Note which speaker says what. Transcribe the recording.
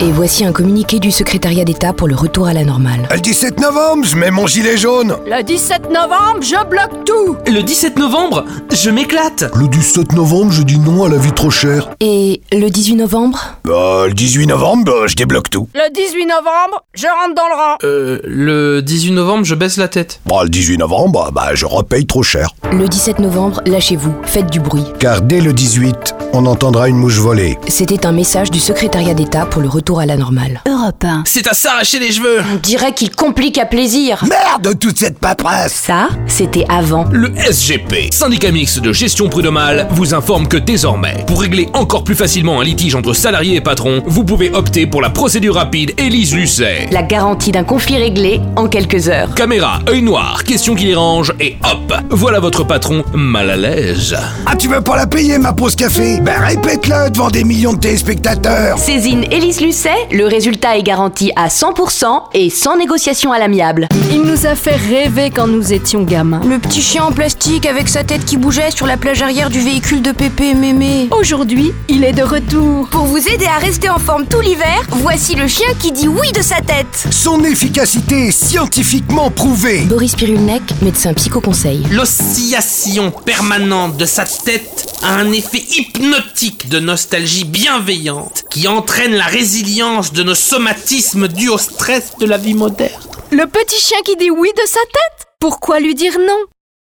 Speaker 1: Et voici un communiqué du secrétariat d'État pour le retour à la normale.
Speaker 2: Le 17 novembre, je mets mon gilet jaune.
Speaker 3: Le 17 novembre, je bloque tout
Speaker 4: Le 17 novembre, je m'éclate
Speaker 5: Le 17 novembre, je dis non à la vie trop chère.
Speaker 1: Et le 18 novembre
Speaker 2: Bah, le 18 novembre, bah, je débloque tout.
Speaker 3: Le 18 novembre, je rentre dans le rang
Speaker 4: Euh, le 18 novembre, je baisse la tête.
Speaker 2: Bah, le 18 novembre, bah, bah, je repaye trop cher.
Speaker 1: Le 17 novembre, lâchez-vous, faites du bruit.
Speaker 5: Car dès le 18, on entendra une mouche voler.
Speaker 1: C'était un message du secrétariat d'État pour le retour à la normale.
Speaker 6: Europe 1.
Speaker 4: C'est à s'arracher les cheveux
Speaker 1: On dirait qu'il complique à plaisir.
Speaker 2: Merde, toute cette paperasse
Speaker 1: Ça, c'était avant.
Speaker 7: Le SGP, syndicat mixte de gestion prud'homale, vous informe que désormais, pour régler encore plus facilement un litige entre salariés et patrons, vous pouvez opter pour la procédure rapide Élise Lucet.
Speaker 1: La garantie d'un conflit réglé en quelques heures.
Speaker 7: Caméra, œil noir, question qui dérange, et hop, voilà votre patron mal à l'aise.
Speaker 2: Ah, tu veux pas la payer, ma pause café Ben, répète-le devant des millions de téléspectateurs.
Speaker 1: Saisine Élise Lucet, le résultat est garanti à 100% et sans négociation à l'amiable.
Speaker 8: Il nous a fait rêver quand nous étions gamins.
Speaker 9: Le petit chien en plastique avec sa tête qui bougeait sur la plage arrière du véhicule de Pépé et Mémé.
Speaker 8: Aujourd'hui, il est de retour.
Speaker 9: Pour vous aider à rester en forme tout l'hiver, voici le chien qui dit oui de sa tête.
Speaker 2: Son efficacité est scientifiquement prouvée.
Speaker 1: Boris Pirulnec, médecin psychoconseil.
Speaker 4: L'oscillation permanente de sa tête a un effet hypnotique de nostalgie bienveillante qui entraîne la résilience de nos somatismes dus au stress de la vie moderne.
Speaker 8: Le petit chien qui dit oui de sa tête Pourquoi lui dire non